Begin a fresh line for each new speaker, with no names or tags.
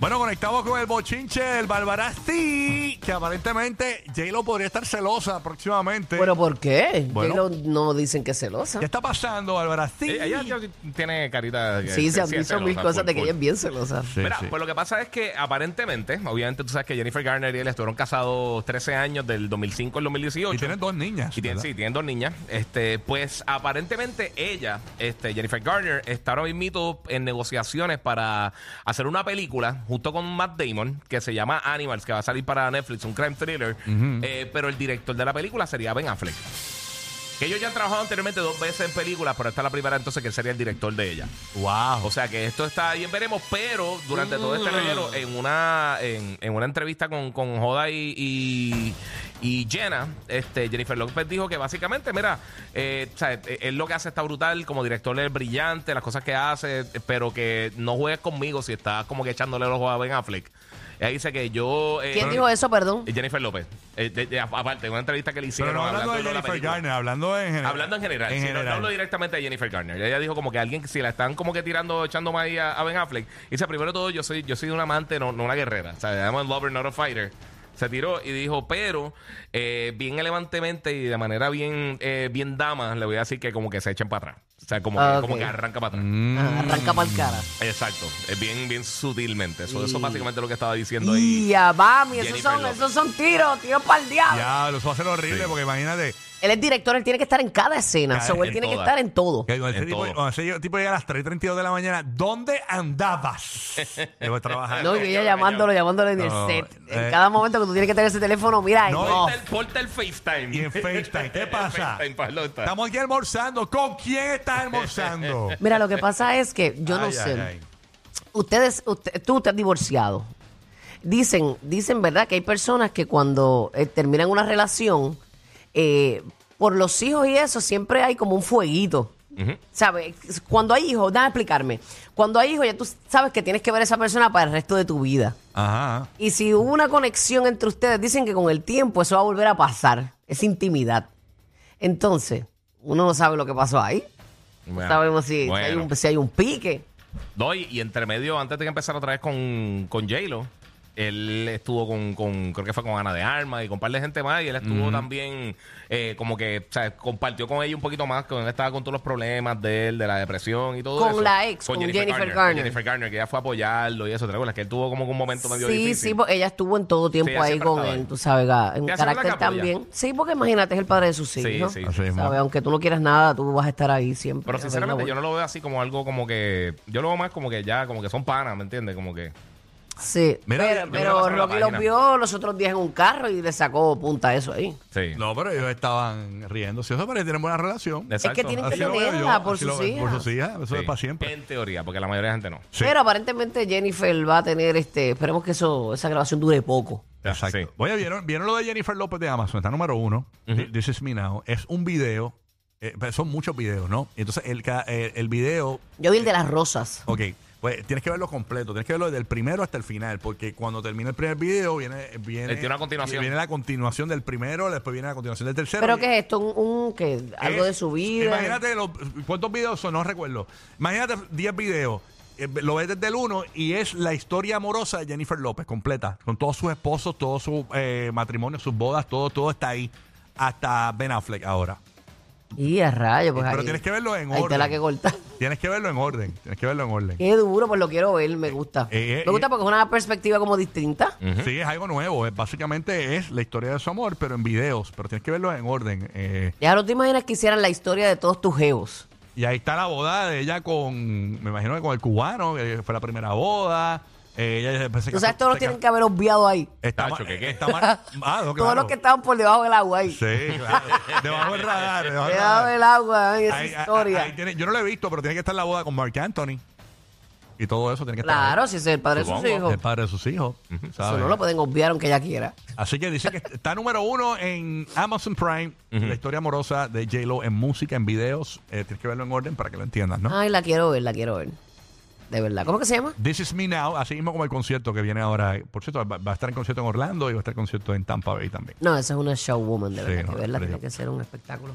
Bueno, conectamos con el bochinche del Barbarasti, que aparentemente J-Lo podría estar celosa próximamente.
¿Pero por qué?
Bueno.
J-Lo no dicen que es celosa.
¿Qué está pasando, Barbarasti?
Eh, Ella, ya tiene carita. de que-
Sí, se han
es
dicho
celosa,
mil cosas
full,
de que
full.
ella es bien celosa.
Sí,
Mira,
sí.
pues lo que pasa es que aparentemente, obviamente tú sabes que Jennifer Garner y él estuvieron casados 13 años, del 2005 al 2018.
Y tienen dos niñas.
Y tienen,
¿verdad?
sí, tienen dos niñas. Este, pues aparentemente ella, este, Jennifer Garner, está ahora mismo en negociaciones para hacer una película junto con Matt Damon que se llama Animals, que va a salir para Netflix, un crime thriller. Eh, pero el director de la película sería Ben Affleck. Que ellos ya han trabajado anteriormente dos veces en películas, pero esta es la primera entonces que él sería el director de ella.
Wow.
O sea que esto está bien, veremos, pero durante todo
Mm.
este reguero, en una, en, en una entrevista con, con Joda y, y, y Jenna, este, Jennifer López dijo que básicamente, mira, eh, o sea, eh, él lo que hace está brutal, como director es brillante, las cosas que hace, eh, pero que no juegues conmigo si estás como que echándole el ojo a Ben Affleck. Ella dice que yo... eh,
¿Quién
pero-
dijo eso, perdón?
Jennifer López. Eh, de- de- aparte, en una entrevista que le
Pero
hicieron
no hablando de
la
Jennifer
película.
Garner, hablando en general.
Hablando en general,
En
sí, no- No,
general.
hablo directamente de Jennifer Garner. Ella dijo como que alguien que si la están como que tirando, echando más ahí a, a Ben Affleck. Dice, primero de todo, yo soy, yo soy una amante, no, no una guerrera. O sea, I'm a lover, not a fighter. Se tiró y dijo, pero eh, bien elegantemente y de manera bien, eh, bien dama, le voy a decir que como que se echen para atrás. O sea, como, que-
Ah, ok.
como que arranca para atrás.
Mm.
Ah, arranca para el cara.
Exacto. Es bien, bien sutilmente. Eso, eso es básicamente lo que estaba diciendo
Y
ahí.
ya, mami, esos
Jennifer
son,
López.
esos son tiros, tiros para el diablo.
Ya, eso va a ser horrible porque imagínate.
Él es director, él tiene que estar en cada escena.
Cada-
so, él
en
tiene que
todas.
estar en todo.
Que cuando
En
ese, tipo,
todo.
cuando ese tipo llega a las 3.32 de la mañana, ¿dónde andabas? Debo trabajar.
No, y ella llamándolo, llamándolo en el
No,
set.
eh.
En cada momento que tú tienes que tener ese teléfono, mira,
No,
no.
Ponte el- Ponte el FaceTime.
Y en FaceTime, ¿qué pasa?
FaceTime, Pablo, está.
Estamos aquí almorzando. ¿Con quién estás almorzando?
Mira, lo que pasa es que yo no
Ay,
sé.
ay, ay.
Ustedes, usted- tú te has divorciado. Dicen, dicen, ¿verdad? Que hay personas que cuando eh, terminan una relación, eh, por los hijos y eso, siempre hay como un fueguito. ¿Sabes? Cuando hay hijos, déjame explicarme. Cuando hay hijos, ya tú sabes que tienes que ver a esa persona para el resto de tu vida.
Ajá.
Y si hubo una conexión entre ustedes, dicen que con el tiempo eso va a volver a pasar. Es intimidad. Entonces, uno no sabe lo que pasó ahí. No
Bueno,
sabemos si, si hay
bueno.
un, si hay un pique.
No, y, y entre medio, antes de que empezara otra vez con, con J-Lo, él estuvo con, con- creo que fue con Ana de Armas y con un par de gente más, y él estuvo también, eh, como que, o sea, compartió con ella un poquito más, que él estaba con todos los problemas de él, de la depresión y todo
Con
eso.
la ex, con Jennifer
Con
Garner.
Jennifer Garner, que ella fue a apoyarlo y eso, ¿te acuerdas? Que él tuvo como que un momento medio
Sí,
difícil.
sí, porque ella estuvo en todo tiempo
Sí, ella
ahí
siempre
con
estaba ahí.
él, tú sabes, ga- en
Ella siempre la
carácter
capoya.
también. Sí, porque imagínate, es el padre de sus
Sí,
hijos.
sí.
Así mismo.
¿Sabes? Aunque tú no quieras nada, tú vas a estar ahí siempre.
Pero sinceramente yo no lo veo así como algo como que, yo lo veo más como que ya, como que son panas, ¿me entiendes? Como que...
Sí,
Mira, yo- yo
pero,
me la
pero
paso en la
Rocky los
página.
vio los otros días en un carro y le sacó punta a eso ahí.
Sí.
No, pero ellos estaban riendo. Si eso parece que tienen buena relación.
Exacto.
Es que tienen
Así
que
lo veo
tenerla
yo,
por
así
sus
lo veo,
hijas.
Por sus hijas, eso es
Sí.
para siempre.
En teoría, porque la mayoría de gente no.
Sí.
Pero aparentemente Jennifer va a tener este. Esperemos que eso, esa grabación dure poco.
Exacto.
Sí.
Oye, ¿vieron, ¿vieron lo de Jennifer López de Amazon? Está número uno. This is me now. Es un video. eh, pero son muchos videos, ¿no? Y Entonces, el, ca- eh, el video
Yo vi el de las rosas.
Ok, pues tienes que verlo completo, tienes que verlo desde el primero hasta el final, porque cuando termina el primer video viene, viene,
Eh, tiene una continuación.
viene la continuación del primero, después viene la continuación del tercero.
¿Pero
Y-
qué es esto? ¿Un, un qué? ¿Algo
es-
de su vida?
Imagínate los- cuántos videos son, no recuerdo. Imagínate 10 videos. eh, Lo ves desde el uno y es la historia amorosa de Jennifer López, completa. Con todos sus esposos, todos sus eh, matrimonios, sus bodas, todo, todo está ahí. Hasta Ben Affleck ahora.
Y a rayo, pues
Pero
ahí-
tienes que verlo en
Ahí
orden.
te la que cortar.
Tienes que verlo en orden. Tienes que verlo en orden.
Qué duro, pues lo quiero ver, me gusta.
eh, eh,
me gusta
eh.
porque es una perspectiva como distinta.
Sí, es algo nuevo. Es, básicamente es la historia de su amor, pero en videos. Pero tienes que verlo en orden. eh,
Y ahora te imaginas que hicieran la historia de todos tus geos.
y ahí está la boda de ella con, me imagino que con el cubano, que fue la primera boda. Eh, ella después se
Tú
casó-
sabes, todos los
se
tienen que
casó-
haber obviado ahí.
Está
Tacho,
mal-
¿qué, qué?
está mal- ah, no,
Todos
claro.
los que estaban por debajo del agua ahí.
Sí, claro. Debajo del radar. Debajo del
Debajo
radar.
del agua, ay, esa
Ahí- ahí-
historia.
ahí tiene- yo no lo he visto, pero tiene que estar la boda con Mark Anthony. Y todo eso tiene que estar.
claro, si ese es el padre de sus
Supongo.
hijos.
El padre de sus hijos.
Eso
¿sabes?
no lo pueden obviar aunque ella quiera.
Así que dice que está número uno en Amazon Prime, la historia amorosa de J-Lo en música, en videos. Eh, tienes que verlo en orden para que lo entiendas, ¿no?
Ay, la quiero ver, la quiero ver. De verdad. ¿Cómo que se llama?
This is me now, así mismo como el concierto que viene ahora. Por cierto, va, va a estar en concierto en Orlando y va a estar en concierto en Tampa Bay también.
No, esa es una showwoman, de
Sí,
verdad.
no,
que verla
pero-
tiene que ser un espectáculo.